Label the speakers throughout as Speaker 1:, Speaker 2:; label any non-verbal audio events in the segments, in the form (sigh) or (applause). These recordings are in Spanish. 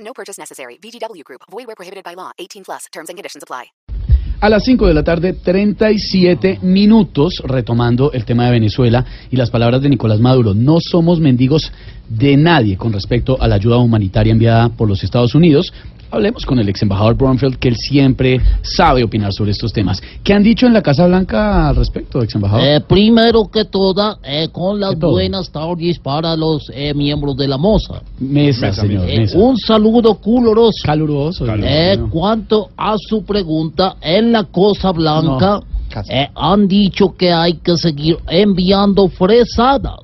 Speaker 1: No purchase necessary. VGW Group. Void where prohibited by law. 18 plus. Terms and conditions apply.
Speaker 2: A las 5 de la tarde, 37 minutos, retomando el tema de Venezuela y las palabras de Nicolás Maduro. No somos mendigos de nadie con respecto a la ayuda humanitaria enviada por los Estados Unidos. Hablemos con el ex embajador Bromfield, que él siempre sabe opinar sobre estos temas. ¿Qué han dicho en la Casa Blanca al respecto, ex embajador?
Speaker 3: Eh, primero que toda, eh, con las
Speaker 2: ¿Qué ¿Ah? todo?
Speaker 3: buenas tardes para los eh, miembros de la moza.
Speaker 2: mesa, señor.
Speaker 3: Eh,
Speaker 2: Mesa.
Speaker 3: un saludo coloroso.
Speaker 2: Caluroso. Dios
Speaker 3: Eh,
Speaker 2: mío.
Speaker 3: cuanto a su pregunta, en la Cosa Blanca
Speaker 2: No, casi.
Speaker 3: eh, han dicho que hay que seguir enviando fresadas,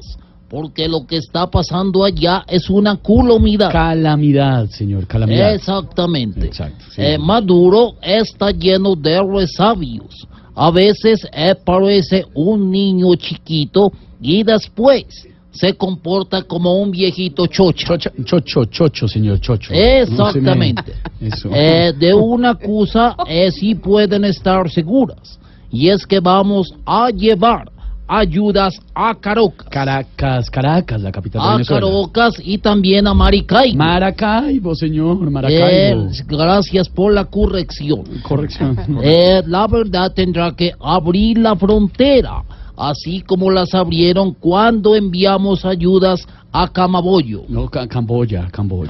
Speaker 3: porque lo que está pasando allá es una culomidad.
Speaker 2: Calamidad, señor, calamidad.
Speaker 3: Exactamente.
Speaker 2: Exacto, sí.
Speaker 3: Eh, Maduro está lleno de resabios. A veces eh, parece un niño chiquito y después se comporta como un viejito chocha.
Speaker 2: Chocha- chocho, chocho, señor, chocho.
Speaker 3: Exactamente.
Speaker 2: No se me- Eso.
Speaker 3: Eh, de una cosa eh, sí pueden estar seguras y es que vamos a llevar ayudas a Caracas,
Speaker 2: Caracas, Caracas, la capital de
Speaker 3: a
Speaker 2: Venezuela.
Speaker 3: Caracas y también a Maracaibo.
Speaker 2: Maracaibo, señor, Maracaibo.
Speaker 3: Eh, gracias por la corrección.
Speaker 2: Corrección.
Speaker 3: (laughs) Eh, la verdad tendrá que abrir la frontera, así como las abrieron cuando enviamos ayudas a Camaboyo.
Speaker 2: No, Ca- Camboya, Camboya.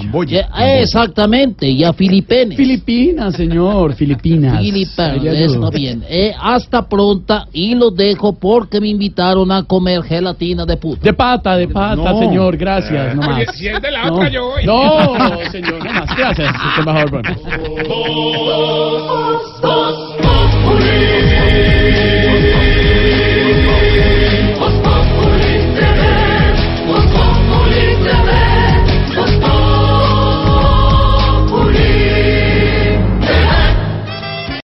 Speaker 3: Eh, exactamente, y a Filipenes.
Speaker 2: Filipinas, señor, Filipinas. Ahí
Speaker 3: Filipenes,
Speaker 2: le ayudo.
Speaker 3: está bien. Eh, hasta pronta y lo dejo porque me invitaron a comer gelatina de puta.
Speaker 2: De pata, de pata, señor, gracias, no más.
Speaker 4: Si es de la
Speaker 2: No,
Speaker 4: otra, yo voy.
Speaker 2: No, señor, no más. Gracias, este embajador Brown.
Speaker 4: Toda